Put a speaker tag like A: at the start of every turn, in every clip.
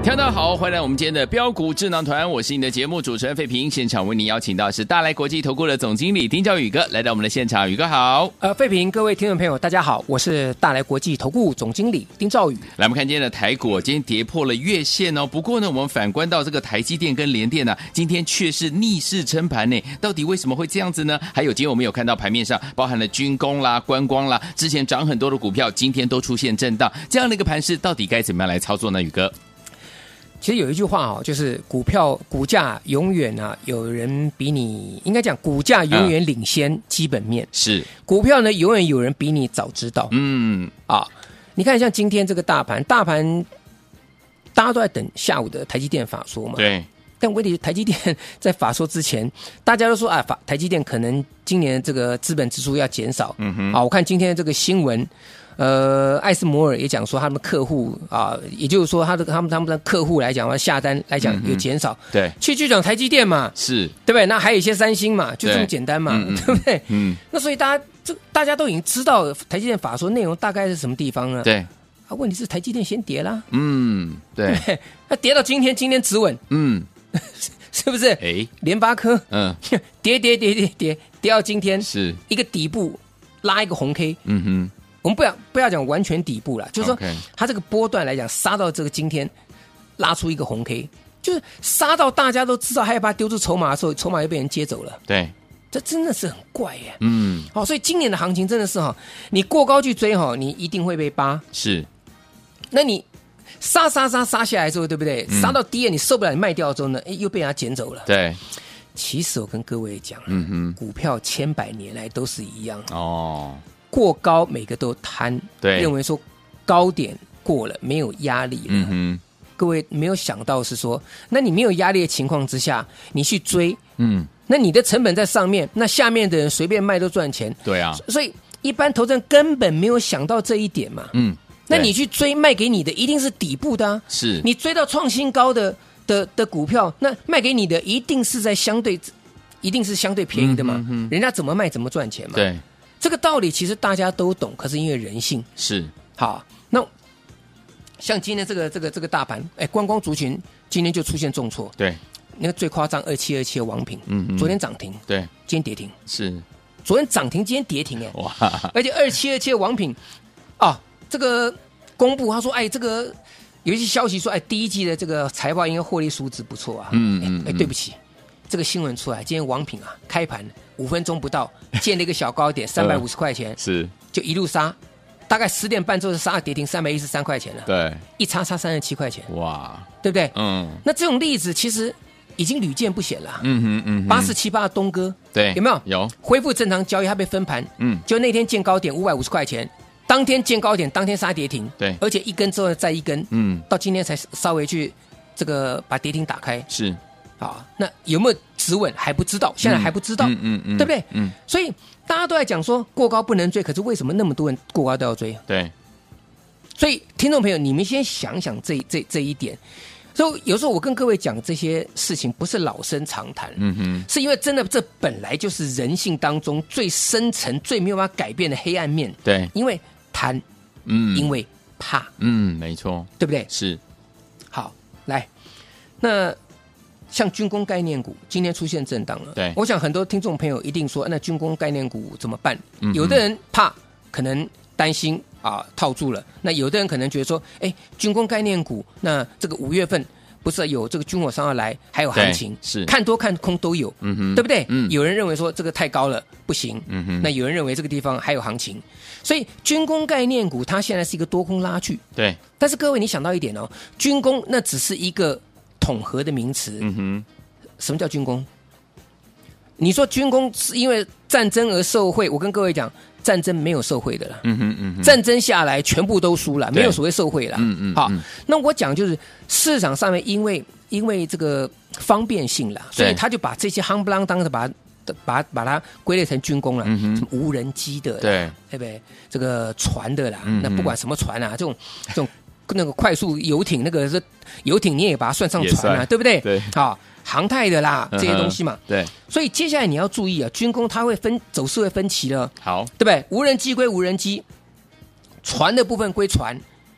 A: 听众大家好，欢迎来我们今天的标股智囊团，我是你的节目主持人费平。现场为您邀请到是大来国际投顾的总经理丁兆宇哥来到我们的现场，宇哥好。
B: 呃，费平，各位听众朋友，大家好，我是大来国际投顾总经理丁兆宇。
A: 来，我们看今天的台股，今天跌破了月线哦。不过呢，我们反观到这个台积电跟联电呢、今天却是逆势撑盘呢。到底为什么会这样子呢？还有，今天我们有看到盘面上包含了军工啦、观光啦，之前涨很多的股票，今天都出现震荡，这样的一个盘势，到底该怎么样来操作呢？宇哥，
B: 其实有一句话哦，就是股票股价永远啊，有人比你应该讲股价永远领先基本面，
A: 是，
B: 股票呢永远有人比你早知道
A: 嗯，
B: 啊。你看，像今天这个大盘，大盘大家都在等下午的台积电法说嘛，
A: 对，
B: 但问题是，台积电在法说之前，大家都说啊，法台积电可能今年这个资本支出要减少。嗯哼。啊，我看今天这个新闻，呃，艾斯摩尔也讲说，他们客户啊，也就是说，他的他们他们的客户来讲的话，下单来讲有减少。
A: 对，
B: 去去讲台积电嘛，
A: 是，
B: 对不对？那还有一些三星嘛，就这
A: 对
B: 么简单嘛，
A: 嗯嗯嗯
B: 对不对？
A: 嗯，
B: 那所以大家这大家都已经知道台积电法说内容大概是什么地方了。。
A: 对，
B: 啊，问题是台积电先跌啦，
A: 嗯，对，
B: 那跌到今天，今天止稳，
A: 嗯，
B: 是不是？
A: 哎，
B: 联发科
A: 嗯，
B: 跌跌跌跌跌跌到今天
A: 是，
B: 一个底部拉一个红 K，
A: 嗯哼，
B: 我们不要不要讲完全底部了，就是说
A: OK
B: 它这个波段来讲杀到这个今天拉出一个红 K，就是杀到大家都知道害怕丢出筹码的时候，筹码又被人接走了，
A: 对，
B: 这真的是很怪耶。
A: 嗯，
B: 好、所以今年的行情真的是哈，你过高去追哈，你一定会被扒。
A: 是，
B: 那你杀杀杀杀下来之后，对不对？
A: 嗯
B: 杀到低了，你受不了，你卖掉之后呢，哎又被人家捡走了。
A: 对，
B: 其实我跟各位讲，
A: 嗯
B: 股票千百年来都是一样，
A: 哼，哦，
B: 过高每个都贪，
A: 对
B: 认为说高点过了没有压力了。
A: 嗯哼，
B: 各位没有想到是说，那你没有压力的情况之下，你去追，
A: 嗯，
B: 那你的成本在上面，那下面的人随便卖都赚钱，
A: 对啊，
B: 所以一般投资人根本没有想到这一点嘛。
A: 嗯，
B: 那
A: 对
B: 你去追卖给你的一定是底部的、啊，
A: 是，
B: 你追到创新高的的的股票，那卖给你的一定是在相对，一定是相对便宜的嘛。
A: 嗯哼哼
B: 人家怎么卖怎么赚钱嘛。，
A: 对，
B: 这个道理其实大家都懂，可是因为人性。
A: 是，
B: 好，那像今天这个这个这个大盘，哎，观光族群今天就出现重挫，
A: 对，
B: 那个最夸张二七二七的王品，
A: 嗯嗯
B: 昨天涨停，
A: 对，
B: 今天跌停，
A: 是，
B: 昨天涨停，今天跌停，哎，
A: 哇，
B: 而且二七二七的王品，啊，这个公布他说，哎，这个有一些消息说，哎，第一季的这个财报应该获利数值不错啊，
A: 嗯嗯
B: 哎，哎
A: 嗯
B: 对不起，这个新闻出来，今天王品啊，开盘五分钟不到，建了一个小高点，三百五十块钱，
A: 是，
B: 就一路杀，大概十点半之后杀到跌停三百一十三块钱了，
A: 对，
B: 一差差三十七块钱，
A: 哇，
B: 对不对？
A: 嗯，
B: 那这种例子其实已经屡见不鲜了啊。
A: 嗯哼，嗯哼，
B: 八四七八的东哥
A: 对，
B: 有没有
A: 有，
B: 恢复正常交易，它被分盘，
A: 嗯，
B: 就那天见高点五百五十块钱，当天见高点，当天杀跌停，
A: 对
B: 而且一根之后再一根，
A: 嗯，
B: 到今天才稍微去这个把跌停打开
A: 是，
B: 啊。那有没有止稳还不知道，现在还不知道，
A: 嗯嗯嗯，
B: 对不对？
A: 嗯，
B: 所以大家都在讲说过高不能追，可是为什么那么多人过高都要追？
A: 对，
B: 所以，听众朋友，你们先想想这这这一点。所以有时候我跟各位讲这些事情，不是老生常谈，
A: 嗯哼，
B: 是因为真的这本来就是人性当中最深层、最没有办法改变的黑暗面。
A: 对，
B: 因为贪，
A: 嗯，
B: 因，为怕，
A: 嗯，没错，
B: 对不对？
A: 是，
B: 好，来，那像军工概念股今天出现震荡了，
A: 对
B: 我想很多听众朋友一定说，那军工概念股怎么办？
A: 嗯哼
B: 有的人怕，可能担心啊套住了；那有的人可能觉得说，哎，军工概念股，那这个五月份。不是有这个军火商要来，还有行情
A: 对，是
B: 看多看空都有，
A: 嗯哼，
B: 对不对？
A: 嗯
B: 有人认为说这个太高了不行，
A: 嗯哼
B: 那有人认为这个地方还有行情，所以军工概念股它现在是一个多空拉锯，
A: 对，
B: 但是各位，你想到一点哦，军工那只是一个统合的名词。
A: 嗯哼，
B: 什么叫军工？你说军工是因为战争而受贿？我跟各位讲，战争没有受贿的了。
A: 嗯哼，嗯哼，
B: 战争下来，全部都输了，
A: 对
B: 没有所谓受贿了。
A: 嗯嗯
B: 好
A: 嗯，
B: 那我讲就是市场上面，因为因为这个方便性了，所以
A: 对
B: 他就把这些夯不啷当的把它把把它归类成军工了，
A: 嗯哼
B: 什么无人机的啦，
A: 对
B: 对不对？这个船的啦，
A: 嗯嗯
B: 那不管什么船啊，这种这种那个快速游艇，那个是游艇，你也把它算上
A: 也
B: 船啊，
A: 算
B: 对不对？
A: 对
B: 好，航太的啦，这些东西嘛。
A: 嗯哼对，
B: 所以接下来你要注意啊，军工它会分走势会分歧了。
A: 好，
B: 对不对？无人机归无人机，船的部分归船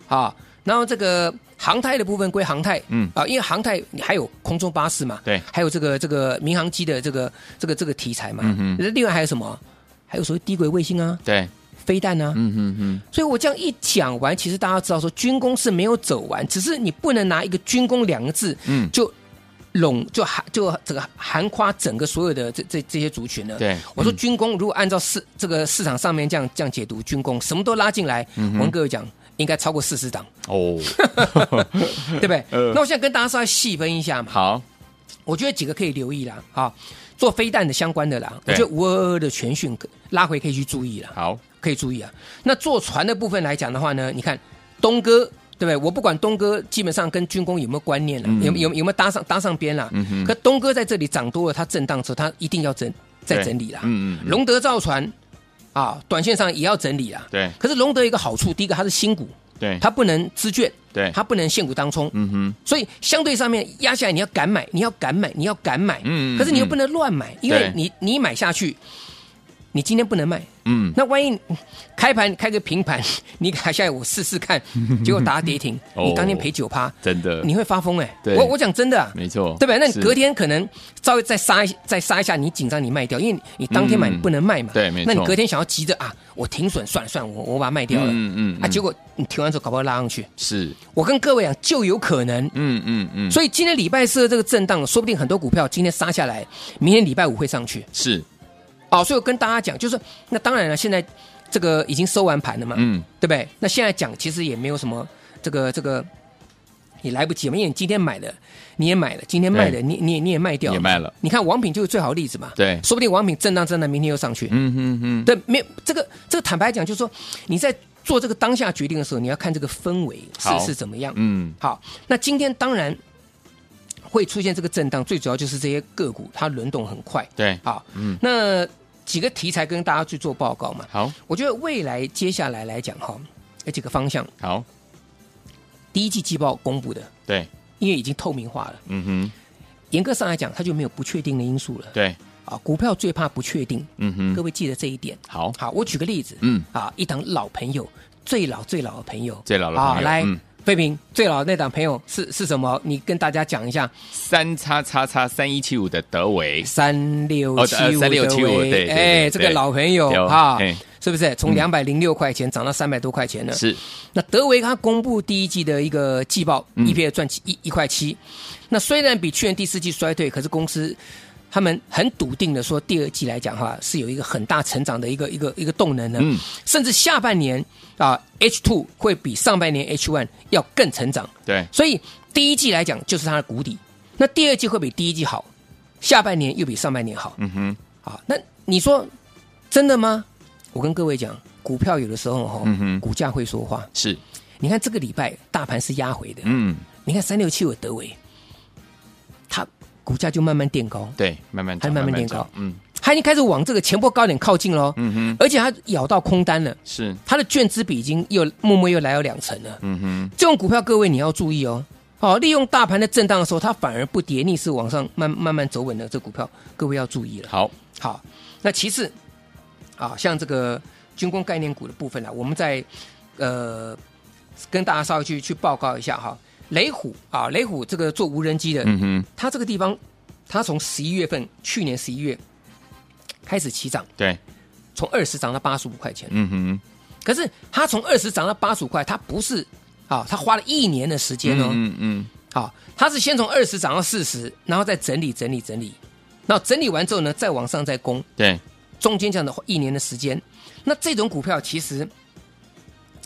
B: 啊，然后这个航太的部分归航太，
A: 嗯
B: 啊，因为航太你还有空中巴士嘛，
A: 对
B: 还有这个这个民航机的这个这个这个题材嘛，
A: 嗯
B: 另外还有什么？还有所谓低轨卫星啊、
A: 对，
B: 飞弹啊，
A: 嗯哼哼，
B: 所以我这样一讲完，其实大家知道说军工是没有走完，只是你不能拿一个军工两个字
A: 嗯，
B: 就笼就涵就这个涵夸整个所有的这这这些族群了。
A: 嗯对
B: 我说
A: 嗯
B: 军工如果按照市这个市场上面这样这样解读，军工什么都拉进来，
A: 嗯
B: 我跟各位讲。应该超过四十档，
A: 哦，
B: 对不对？
A: 呃
B: 那我现在跟大家稍微细分一下嘛，
A: 好，
B: 我觉得几个可以留意啦，啊，做飞弹的相关的啦，我
A: 对
B: 觉得五二二的全讯可拉回可以去注意啦，
A: 好，
B: 可以注意啊。那坐船的部分来讲的话呢，你看东哥对不对？我不管东哥基本上跟军工有没有关联了、啊
A: 嗯
B: 有有有没有搭上搭上边啦、
A: 嗯哼
B: 可东哥在这里涨多了，它震荡的时候，它一定要整再整理啦。
A: 嗯嗯嗯
B: 龙德造船啊，短线上也要整理啦。
A: 对
B: 可是龙德有一个好处，第一个它是新股，
A: 对，
B: 它不能资券，
A: 对，
B: 它不能现股当冲，
A: 嗯哼，
B: 所以相对上面压下来，你要敢买，你要敢买，你要敢买。
A: 嗯嗯
B: 可是你又
A: 嗯
B: 不能乱买，因为
A: 对
B: 你你买下去，你今天不能卖，
A: 嗯，
B: 那万一开盘开个平盘， 你改下来我试 试看，结果打跌停，
A: 哦
B: 你当天赔九趴，
A: 真的，
B: 你会发疯哎、
A: 对
B: 我我讲真的、啊，
A: 没错，
B: 对吧？那你
A: 是
B: 隔天可能稍微再杀一再杀一下，你紧张你卖掉，因为你当天买
A: 嗯
B: 你不能卖嘛。
A: 对没错
B: 那你隔天想要急着啊，我停损算了算了，我我把它卖掉
A: 嗯
B: 了。
A: 嗯嗯
B: 啊，结果你停完之后搞不好拉上去。
A: 是，
B: 我跟各位讲，就有可能。
A: 嗯嗯嗯，
B: 所以今天礼拜四的这个震荡，说不定很多股票今天杀下来，明天礼拜五会上去。
A: 是，
B: 哦，所以我跟大家讲，就是那当然了，现在这个已经收完盘了嘛，
A: 嗯，
B: 对不对？那现在讲其实也没有什么这个这个也来不及嘛，因为你今天买的你也买了，今天卖的
A: 对
B: 你你也你也卖掉，
A: 也卖了。
B: 你看王品就是最好的例子嘛，
A: 对
B: 说不定王品震荡震荡，明天又上去。
A: 嗯哼哼，
B: 对，没有这个这个坦白讲，就是说你在做这个当下决定的时候，你要看这个氛围是
A: 好
B: 是怎么样。
A: 嗯，
B: 好，那今天当然会出现这个震荡，最主要就是这些个股它轮动很快。
A: 对，
B: 好，
A: 嗯
B: 嗯，那几个题材跟大家去做报告嘛。
A: 好，
B: 我觉得未来接下来来讲哈，有几个方向，
A: 好，
B: 第一季季报公布的，
A: 对，
B: 因为已经透明化了，
A: 嗯
B: 严格上来讲，它就没有不确定的因素了
A: 哼，对，
B: 啊。股票最怕不确定，
A: 嗯
B: 各
A: 哼，
B: 位记得这一点。
A: 好，
B: 好，我举个例子，
A: 嗯，
B: 啊，一档老朋友，最老最老的朋友，
A: 最老的
B: 啊
A: 朋友
B: 来
A: 嗯。
B: 费平最老的那档朋友是是什么？你跟大家讲一下，
A: 三叉叉叉三一七五的德维，
B: 三六
A: 哦
B: 七
A: 呃
B: 五，
A: 3675对对对
B: 哎，这个
A: 对
B: 老朋友
A: 有
B: 哈
A: 嘿，
B: 是不是
A: 嗯
B: 从两百零六块钱涨到三百多块钱呢？
A: 是，
B: 那德维它公布第一季的一个季报
A: 嗯
B: ，EPS 赚一一块七，那虽然比去年第四季衰退，可是公司他们很笃定的说，第二季来讲哈是有一个很大成长的一个一个一个动能的，
A: 嗯
B: 甚至下半年啊 H two 会比上半年 H one 要更成长，
A: 对，
B: 所以第一季来讲就是它的谷底，那第二季会比第一季好，下半年又比上半年好，
A: 嗯哼，
B: 好，那你说真的吗？我跟各位讲，股票有的时候哈、
A: 嗯哼
B: 股价会说话。
A: 是，
B: 你看这个礼拜大盘是压回的，
A: 嗯，
B: 你看三六七有德维，它股价就慢慢垫高，
A: 对，慢慢
B: 还
A: 涨，
B: 慢慢
A: 慢
B: 垫
A: 涨
B: 高
A: 嗯
B: 它已经开始往这个前波高点靠近喽，
A: 嗯哼，
B: 而且它咬到空单了，
A: 是，
B: 它的券资比已经又默默又来到两成了。
A: 嗯哼，
B: 这种股票各位你要注意哦。好，利用大盘的震荡的时候，它反而不跌，逆势往上慢慢慢走稳的这股票，各位要注意了。
A: 好，
B: 好，那其次啊，像这个军工概念股的部分呢、啊我们在呃跟大家稍微去去报告一下哈。雷虎啊，雷虎这个做无人机的，
A: 嗯哼，
B: 它这个地方，它从十一月份，去年十一月开始起涨，
A: 对，
B: 从二十涨到八十五块钱。
A: 嗯哼，
B: 可是它从二十涨到八十五块，它不是啊，它花了一年的时间哦。
A: 嗯嗯，
B: 好，它是先从二十涨到四十，然后再整理整理整理，然后整理完之后呢，再往上再攻。
A: 对，
B: 中间这样的一年的时间，那这种股票其实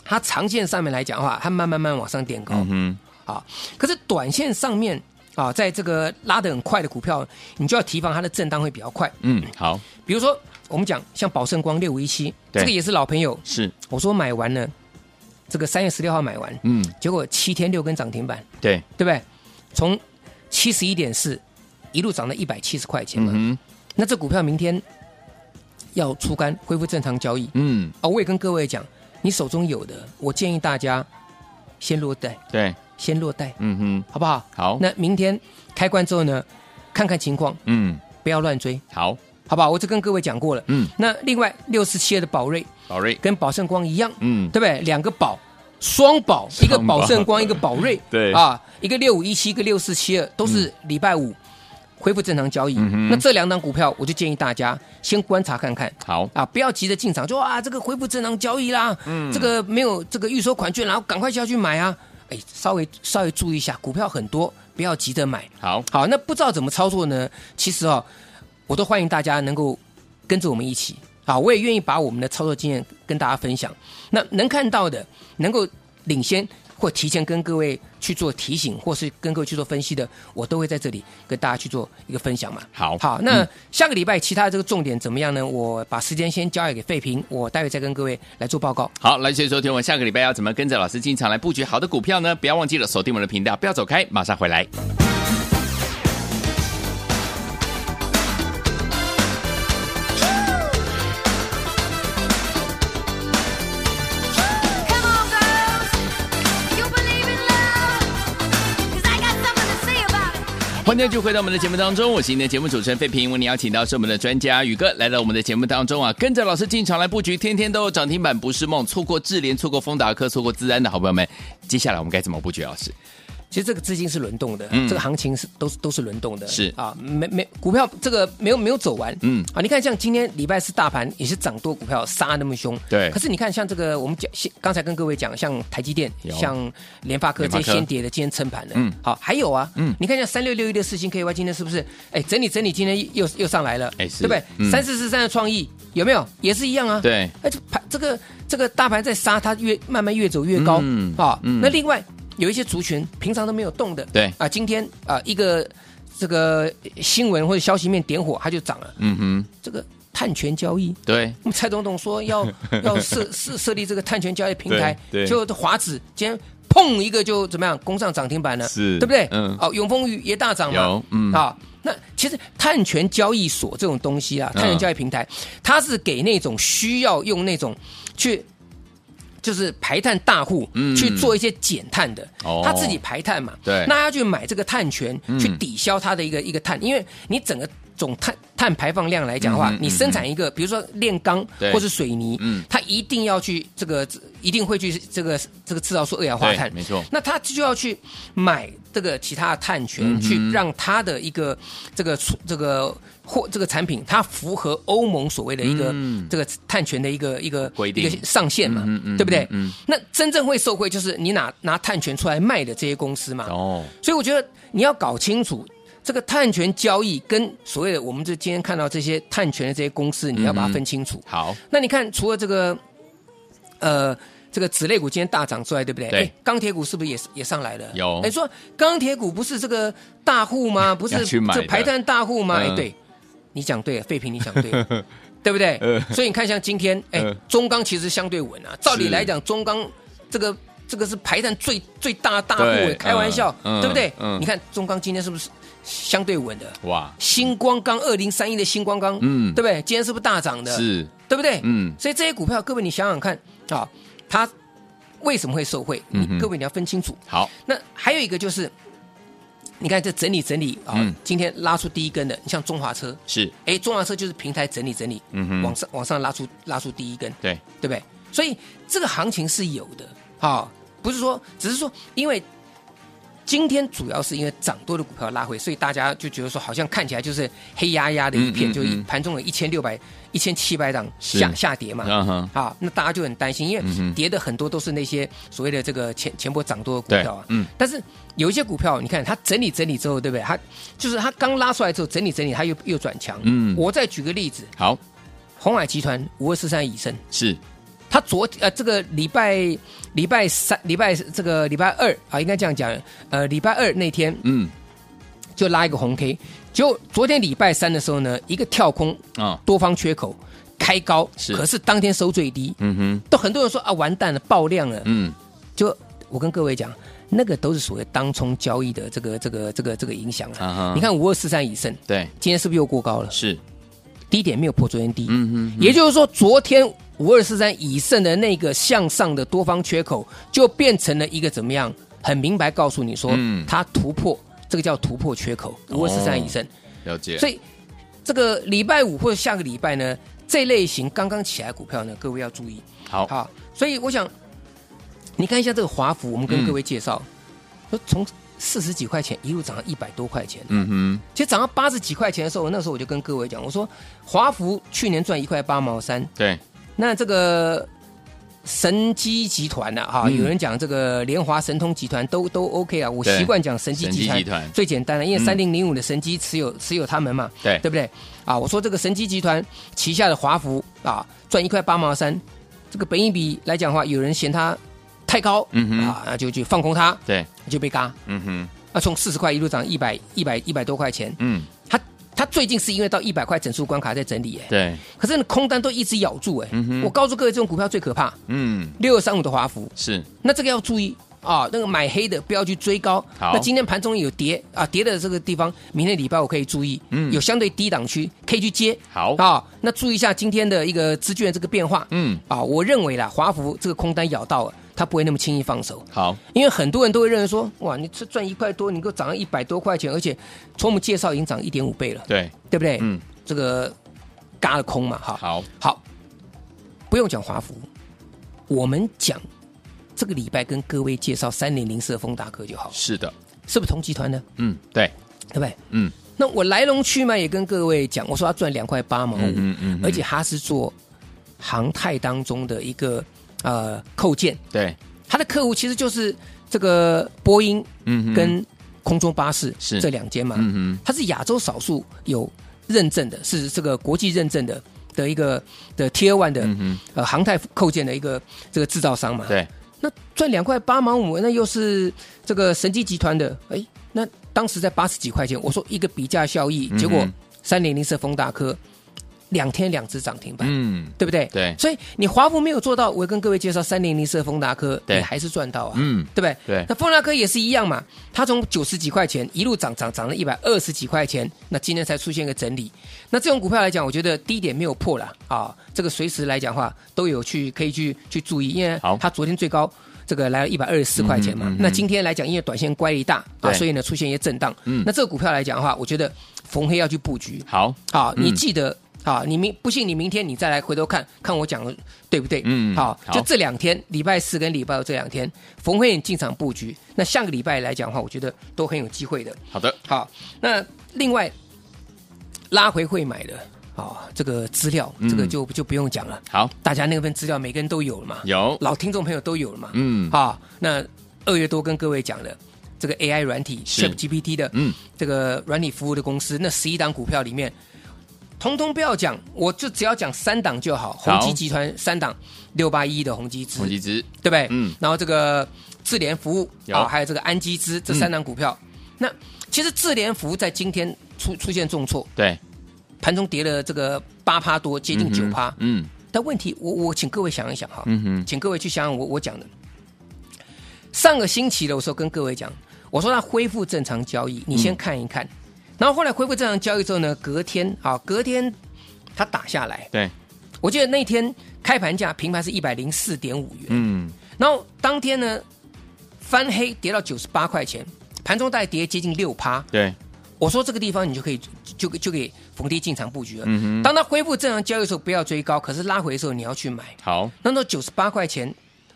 B: 它
A: 嗯
B: 长线上面来讲的话，它慢慢慢慢往上垫高、
A: 嗯哼，
B: 啊，可是短线上面啊，在这个拉得很快的股票，你就要提防它的震荡会比较快。
A: 嗯，好，
B: 比如说，我们讲像宝盛光六五一七，
A: 对
B: 这个也是老朋友。
A: 是，
B: 我说买完了，这个三月十六号买完，
A: 嗯，
B: 结果七天六根涨停板，
A: 对，
B: 对不对？从七十一点四一路涨到一百七十块钱嘛。
A: 嗯哼，
B: 那这股票明天要出杆，恢复正常交易
A: 嗯，
B: 啊！我也跟各位讲，你手中有的，我建议大家先落袋，
A: 对，
B: 先落袋，
A: 嗯哼，
B: 好不好？
A: 好，
B: 那明天开关之后呢，看看情况，
A: 嗯，
B: 不要乱追，
A: 好，
B: 好不好？我这跟各位讲过了。
A: 嗯，
B: 那另外六四七二的宝瑞
A: 宝瑞，
B: 跟宝盛光一样，
A: 嗯
B: 对，不对？两个宝，双宝，
A: 双宝
B: 一个宝盛光，一个宝瑞，
A: 对
B: 啊，一个六五一七，一个六四七二，都是礼拜五恢复正常交易。
A: 嗯哼
B: 那这两档股票，我就建议大家先观察看看。
A: 好，
B: 啊，不要急着进场，就啊，这个恢复正常交易啦，
A: 嗯
B: 这个没有这个预收款券，然后赶快下去买啊，哎，稍微稍微注意一下，股票很多，不要急着买。
A: 好，
B: 好，那不知道怎么操作呢？其实哦，我都欢迎大家能够跟着我们一起啊，我也愿意把我们的操作经验跟大家分享。那能看到的，能够领先或提前跟各位去做提醒，或是跟各位去做分析的，我都会在这里跟大家去做一个分享嘛。
A: 好
B: 好，那
A: 嗯
B: 下个礼拜其他这个重点怎么样呢？我把时间先交给给费平，我待会再跟各位来做报告。
A: 好，来，所以说，听我们下个礼拜要怎么跟着老师进场来布局好的股票呢？不要忘记了锁定我们的频道，不要走开，马上回来。
C: Come on, girls, you believe in love? 'Cause I got something to say about it.
A: 欢迎继续回到我们的节目当中，我是你的节目主持人费平。为你邀请到是我们的专家宇哥来到我们的节目当中啊，跟着老师进场来布局，天天都有涨停板不是梦。错过智联，错过丰达科，错过资安的好朋友们，接下来我们该怎么布局？啊老师，
B: 其实这个资金是轮动的，
A: 嗯
B: 这个行情是都是都是轮动的，
A: 是
B: 啊，没没股票这个没有没有走完，
A: 嗯
B: 啊，你看像今天礼拜四大盘也是涨多股票杀那么凶，
A: 对
B: 可是你看像这个我们讲先刚才跟各位讲，像台积电、
A: 有
B: 像联发科
A: 联发
B: 这
A: 科
B: 些先跌的，今天撑盘了，
A: 嗯
B: 好，还有啊，
A: 嗯
B: 你看像三六六一的四星 KY 今天是不是？哎，整理整理，今天又又上来了，
A: 哎是
B: 对不
A: 嗯
B: 对？三四四三的创意有没有？也是一样啊，
A: 对
B: 哎，这盘这个这个大盘在杀，它越慢慢越走越高，
A: 嗯
B: 啊，
A: 嗯
B: 那另外有一些族群平常都没有动的，
A: 对
B: 啊，今天啊、一个这个新闻或者消息面点火，它就涨了。
A: 嗯哼，
B: 这个碳权交易，
A: 对，
B: 我们蔡总统说 要要设设设立这个碳权交易平台，
A: 对对
B: 就华指今天砰一个就怎么样攻上涨停板了，
A: 是
B: 对不对？
A: 嗯
B: 哦，永丰鱼也大涨嘛
A: 有，嗯
B: 啊。那其实碳权交易所这种东西啊，
A: 嗯
B: 碳权交易平台，它是给那种需要用那种去就是排碳大户
A: 嗯
B: 去做一些减碳的
A: 哦，
B: 他自己排碳嘛，
A: 对
B: 那他去买这个碳权
A: 嗯
B: 去抵消它的一个一个碳，因为你整个总碳碳排放量来讲的话
A: 嗯嗯，
B: 你生产一个比如说炼钢
A: 对
B: 或是水泥
A: 嗯，
B: 它一定要去这个一定会去这个这个制造出二氧化碳
A: 对，没错
B: 那他就要去买这个其他的碳
A: 嗯哼
B: 权，去让他的一个这个出这个货这个产品，它符合欧盟所谓的一个
A: 嗯
B: 这个碳权的一个一个
A: 规定
B: 一个上限嘛
A: 嗯嗯嗯，
B: 对不对
A: 嗯嗯？
B: 那真正会受惠就是你拿拿碳权出来卖的这些公司嘛。
A: 哦，
B: 所以我觉得你要搞清楚这个碳权交易跟所谓的我们这今天看到这些碳权的这些公司，你要把它分清楚。
A: 好，
B: 那你看，除了这个，呃，这个子类股今天大涨之外，对不对？
A: 对
B: 哎钢铁股是不是也也上来了？
A: 有
B: 哎，说钢铁股不是这个大户 吗？不
A: 要
B: 是
A: 去买的
B: 这排碳大户吗？哎、
A: 嗯
B: 对，你讲对了，废品你讲对了。 对不对？
A: 呃
B: 所以你看，像今天，哎、
A: 呃
B: 中钢其实相对稳啊。照理来讲，中钢这个这个是排碳最最大的大户哎
A: 对，
B: 开玩笑，
A: 嗯嗯
B: 对不对？
A: 嗯
B: 你看中钢今天是不是相对稳的？
A: 哇，
B: 星光钢二零三一的星光钢，
A: 嗯
B: 对不对？今天是不是大涨的？
A: 是，
B: 对不对？
A: 嗯
B: 所以这些股票，各位你想想看啊，它为什么会受惠？
A: 嗯
B: 你、
A: 哼
B: 各位你要分清楚。
A: 好，
B: 那还有一个就是，你看这整理整理啊，
A: 嗯
B: 今天拉出第一根的，你像中华车，
A: 是，
B: 哎，中华车就是平台整理整理，
A: 嗯哼
B: 往上往上拉出拉出第一根，
A: 对，
B: 对不对？所以这个行情是有的，好、不是说只是说因为。今天主要是因为涨多的股票拉回，所以大家就觉得说，好像看起来就是黑压压的一
A: 嗯
B: 片，
A: 嗯
B: 就一
A: 嗯
B: 盘中有一千六百、一千七百档
A: 是
B: 下下跌嘛。
A: 嗯哼，
B: 啊，那大家就很担心，因
A: 嗯哼
B: 为跌的很多都是那些所谓的这个前前波涨多的股票啊。
A: 对嗯
B: 但是有一些股票，你看它整理整理之后，对不对？它就是它刚拉出来之后整理整理，它又又转强。
A: 嗯
B: 我再举个例子，
A: 好，
B: 红海集团五二四三以盛，
A: 是，
B: 它昨呃这个礼拜呃礼拜三礼拜这个礼拜二啊，应该这样讲，呃礼拜二那天
A: 嗯，
B: 就拉一个红 K。结果昨天礼拜三的时候呢，一个跳空
A: 啊，
B: 多方缺口开高，
A: 是
B: 可是当天收最低，
A: 嗯哼，
B: 都很多人说啊，完蛋了，爆量了。
A: 嗯，
B: 就我跟各位讲，那个都是所谓当冲交易的这个这个这个这个影响
A: 啊哈
B: 啊。你看五二四三以胜，
A: 对，
B: 今天是不是又过高了？
A: 是，
B: 低点没有破昨天低，
A: 嗯哼，
B: 也就是说，昨天五二四三以上的那个向上的多方缺口，就变成了一个怎么样？很明白告诉你说，
A: 嗯哦
B: 它突破，这个叫突破缺口，五二四三以上。
A: 了解，
B: 所以这个礼拜五或者下个礼拜呢，这类型刚刚起来的股票呢，各位要注意。
A: 好，
B: 好，所以我想，你看一下这个华孚，我们
A: 嗯
B: 跟各位介绍，说从四十几块钱一路涨到一百多块钱，
A: 嗯
B: 其实涨到八十几块钱的时候，那时候我就跟各位讲，我说华孚去年赚一块八毛三，
A: 哼，对，
B: 那这个神机集团呢、啊，哈、
A: 嗯
B: 有人讲这个联华神通集团都都 OK 啊，我
A: 对
B: 习惯讲神机
A: 神
B: 集
A: 机
B: 团
A: 集团
B: 最简单了，因为
A: 嗯哎
B: 三零零五的神机持有、持有他们嘛，
A: 对
B: 对不对？啊，我说这个神机集团旗下的华孚啊，赚一块八毛三，这个本益比来讲的话，有人嫌它太高，
A: 嗯哼
B: 啊，那就就放空它，
A: 对，
B: 就被嘎。
A: 嗯哼，
B: 那从四十块一路涨一百一百一百多块钱，
A: 嗯，
B: 它它最近是因为到一百块整数关卡在整理，哎，
A: 对，
B: 可是空单都一直咬住哎、
A: 嗯哼
B: 我告诉各位，这种股票最可怕，
A: 嗯，
B: 六二三五的华孚，
A: 是，
B: 那这个要注意啊，那个买黑的不要去追高。
A: 好
B: 那今天盘中有跌啊，跌的这个地方，明天礼拜我可以注意，
A: 嗯
B: 有相对低档区可以去接
A: 好，
B: 啊。那注意一下今天的一个资券的这个变化，
A: 嗯，
B: 啊，我认为啦，华孚这个空单咬到了，它不会那么轻易放手。
A: 好，
B: 因为很多人都会认为说，哇，你这赚一块多，你给我涨到一百多块钱，而且从我们介绍已经涨一点五倍了，
A: 对，
B: 对不对？
A: 嗯，
B: 这个嘎了空嘛，哈。
A: 好，
B: 哎好，不用讲华孚，我们讲这个礼拜跟各位介绍三零零四的丰达科就好，
A: 是的，
B: 是不是同集团呢？
A: 嗯，对，
B: 对不对？
A: 嗯，
B: 那我来龙去脉也跟各位讲，我说他赚两块八毛五、
A: 嗯嗯嗯嗯
B: 哦而且他是做航太当中的一个呃扣件，
A: 对，
B: 他的客户其实就是这个波音
A: 嗯哼，
B: 跟空中巴士、
A: 是
B: 这两间嘛，
A: 嗯
B: 它是亚洲少数有认证的，是这个国际认证的的一个的 Tier One 的、
A: 嗯
B: 呃航太扣件的一个这个制造商嘛
A: 哼，。对，
B: 那赚两块八毛五，那又是这个神机集团的，哎，那当时在八十几块钱，我说一个比价效益，
A: 嗯哼
B: 结果三零零四丰达科两天两只涨停板。
A: 嗯，
B: 对不对？
A: 对
B: 所以你华孚没有做到，我跟各位介绍三零零四丰达科，
A: 对
B: 你还是赚到啊，
A: 嗯，
B: 对不对？
A: 对
B: 那丰达科也是一样嘛，它从九十几块钱一路涨涨涨了一百二十几块钱，那今天才出现一个整理。那这种股票来讲，我觉得低点没有破了啊，这个随时来讲的话都有去可以去去注意，因为
A: 好
B: 它昨天最高。这个来了一百二十四块钱
A: 嗯
B: 嘛，
A: 哼嗯哼
B: 那今天来讲，因为短线乖离大啊，
A: 对
B: 所以呢出现一些震荡。
A: 嗯
B: 那这个股票来讲的话，我觉得逢黑要去布局。
A: 好，嗯
B: 好，啊你记得好，你明不信你明天你再来回头看看我讲的对不对？
A: 嗯
B: 好，
A: 好
B: 就这两天，礼拜四跟礼拜五这两天，冯慧颖进场布局。那下个礼拜来讲的话，我觉得都很有机会的。
A: 好的，
B: 好，那另外拉回会买的啊，这个资料
A: 嗯
B: 这个就就不用讲了，
A: 好，
B: 大家那份资料每个人都有了嘛，
A: 有，
B: 老听众朋友都有了嘛。
A: 嗯，
B: 好，那二月多跟各位讲的这个 AI 软体
A: 是
B: ChatGPT 的，
A: 嗯，
B: 这个软体服务的公司，那十一档股票里面，通通不要讲，我就只要讲三档就好。
A: 好
B: 宏基集团三档，六八一的宏基资，
A: 红旗子，
B: 对不对？
A: 嗯
B: 然后这个智联服务
A: 有嗯
B: 啊，还有这个安基资这三档股票，那其实智联服务在今天出出现重挫，
A: 对，
B: 盘中跌了这个八趴多，接近九趴。
A: 嗯
B: 但问题，我我请各位想一想哈，
A: 嗯哼，
B: 请各位去想想我我讲的。上个星期的时候跟各位讲，我说它恢复正常交易，你先看一看。然后后来恢复正常交易之后呢，隔天啊，隔天它打下来，
A: 对，
B: 我记得那天开盘价平盘是一百零四点五元，
A: 嗯，
B: 然后当天呢翻黑跌到九十八块钱，盘中大概跌接近六趴。
A: 对，
B: 我说这个地方你就可以就就给逢低进场布局了。
A: 嗯哼，
B: 当它恢复正常交易的时候，不要追高，可是拉回的时候你要去买。
A: 好，
B: 那时候九十八块钱，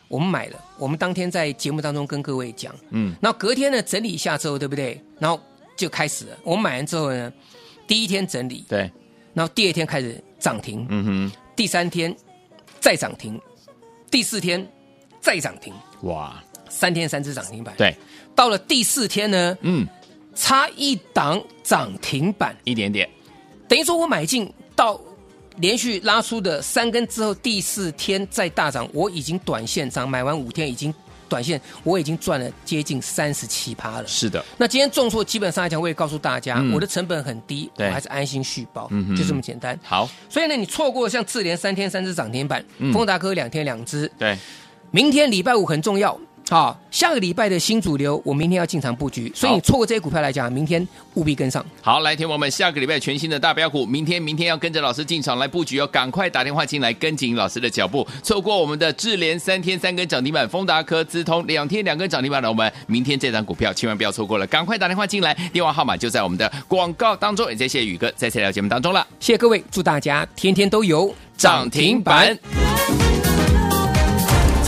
B: 我们买了，我们当天在节目当中跟各位讲，
A: 嗯，
B: 那隔天呢整理一下之后，对不对？然后就开始了。我们买完之后呢，第一天整理，
A: 对，
B: 然后第二天开始涨停，
A: 嗯
B: 第三天再涨停，第四天再涨停，
A: 哼，哇，
B: 三天三只涨停板。，
A: 对，
B: 到了第四天呢，
A: 嗯，
B: 差一档涨停板，
A: 一点点，
B: 等于说我买进到。连续拉出的三根之后，第四天再大涨，我已经短线上买完五天已经短线我已经赚了接近三十七趴了。
A: 是的，
B: 那今天重挫，基本上来讲，我也告诉大家，
A: 嗯
B: 我的成本很低，我
A: 对
B: 还是安心续保，
A: 嗯哼
B: 就这么简单。
A: 好，
B: 所以呢，你错过像智联三天三只涨停板，
A: 嗯
B: 丰达科两天两只，
A: 对，
B: 明天礼拜五很重要。好，下个礼拜的新主流，我明天要进场布局，所以你错过这些股票来讲，明天务必跟上。
A: 好，来，天王们，下个礼拜全新的大标股，明天明天要跟着老师进场来布局哦，赶快打电话进来跟紧老师的脚步，错过我们的智联三天三根涨停板，丰达科、资通两天两根涨停板的我们，明天这档股票千万不要错过了，赶快打电话进来，电话号码就在我们的广告当中，也谢谢宇哥在这条节目当中了，
B: 谢谢各位，祝大家天天都有
A: 涨停板。